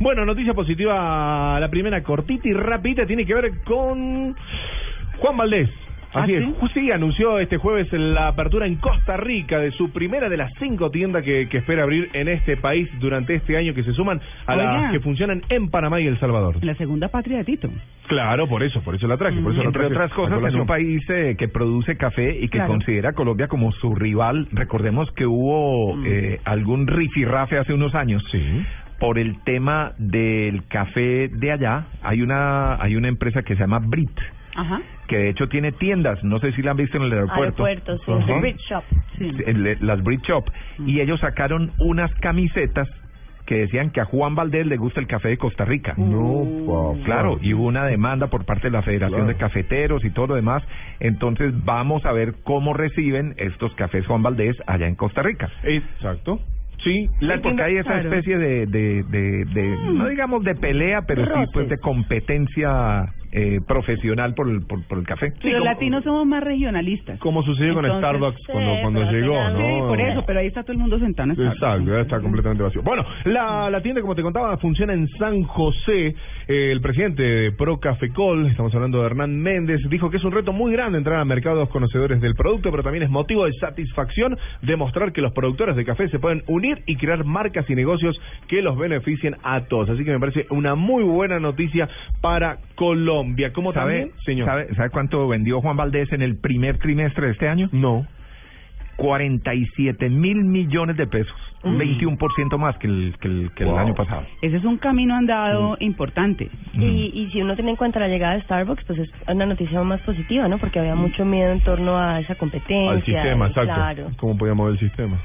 Bueno, noticia positiva, la primera cortita y rapidita tiene que ver con Juan Valdés. Así ¿Ah, es, sí? sí, anunció este jueves la apertura en Costa Rica de su primera de las cinco tiendas que, que espera abrir en este país durante este año que se suman a las Oiga. que funcionan en Panamá y El Salvador. La segunda patria de Tito. Claro, por eso, por eso la traje, por eso la Entre traje otras a cosas, en colación. un país eh, que produce café y que Claro. considera a Colombia como su rival, recordemos que hubo Mm. eh, algún rifirrafe hace unos años Sí. por el tema del café de allá. Hay una hay una empresa que se llama Brit, Ajá. que de hecho tiene tiendas, no sé si la han visto en el aeropuerto. Aeropuertos, sí. Mm. Ajá. Bridge Shop. Sí. el- las Brit Shop, y ellos sacaron unas camisetas que decían que a Juan Valdés le gusta el café de Costa Rica. Uh. No, Oh, Uh. Claro, y hubo una demanda por parte de la Federación Claro. de Cafeteros y todo lo demás. Entonces vamos a ver cómo reciben estos cafés Juan Valdés allá en Costa Rica. Exacto. Sí, Mm. la La porque este- tienda- hay esa claro. especie de, de, de, de- no digamos de pelea, pero sí pues de competencia eh, profesional por el, por, por el café. Los latinos somos más regionalistas. como sucedió con Entonces, Starbucks sí, cuando, cuando pero al llegó, final- ¿no? Sí, por eso, pero ahí está todo el mundo sentado. en esta- Exacto, ya está completamente vacío. Bueno, la, la tienda, como te contaba, funciona en San José. Eh, el presidente de Procafecol, estamos hablando de Hernán Méndez, dijo que es un reto muy grande entrar a mercados conocedores del producto, pero también es motivo de satisfacción demostrar que los productores de café se pueden unir y crear marcas y negocios que los beneficien a todos. Así que me parece una muy buena noticia para Colombia. ¿Cómo ¿Sabe, también, señor? ¿sabe, ¿Sabe cuánto vendió Juan Valdés en el primer trimestre de este año? No. 47 mil millones de pesos, Mm. 21% más que el, que el, que el Wow. año pasado. Ese es un camino andado importante. Y, Mm. y si uno tiene en cuenta la llegada de Starbucks, pues es una noticia más positiva, ¿no? Porque había mucho miedo en torno a esa competencia. Al sistema, exacto. Claro. ¿Cómo podía mover el sistema?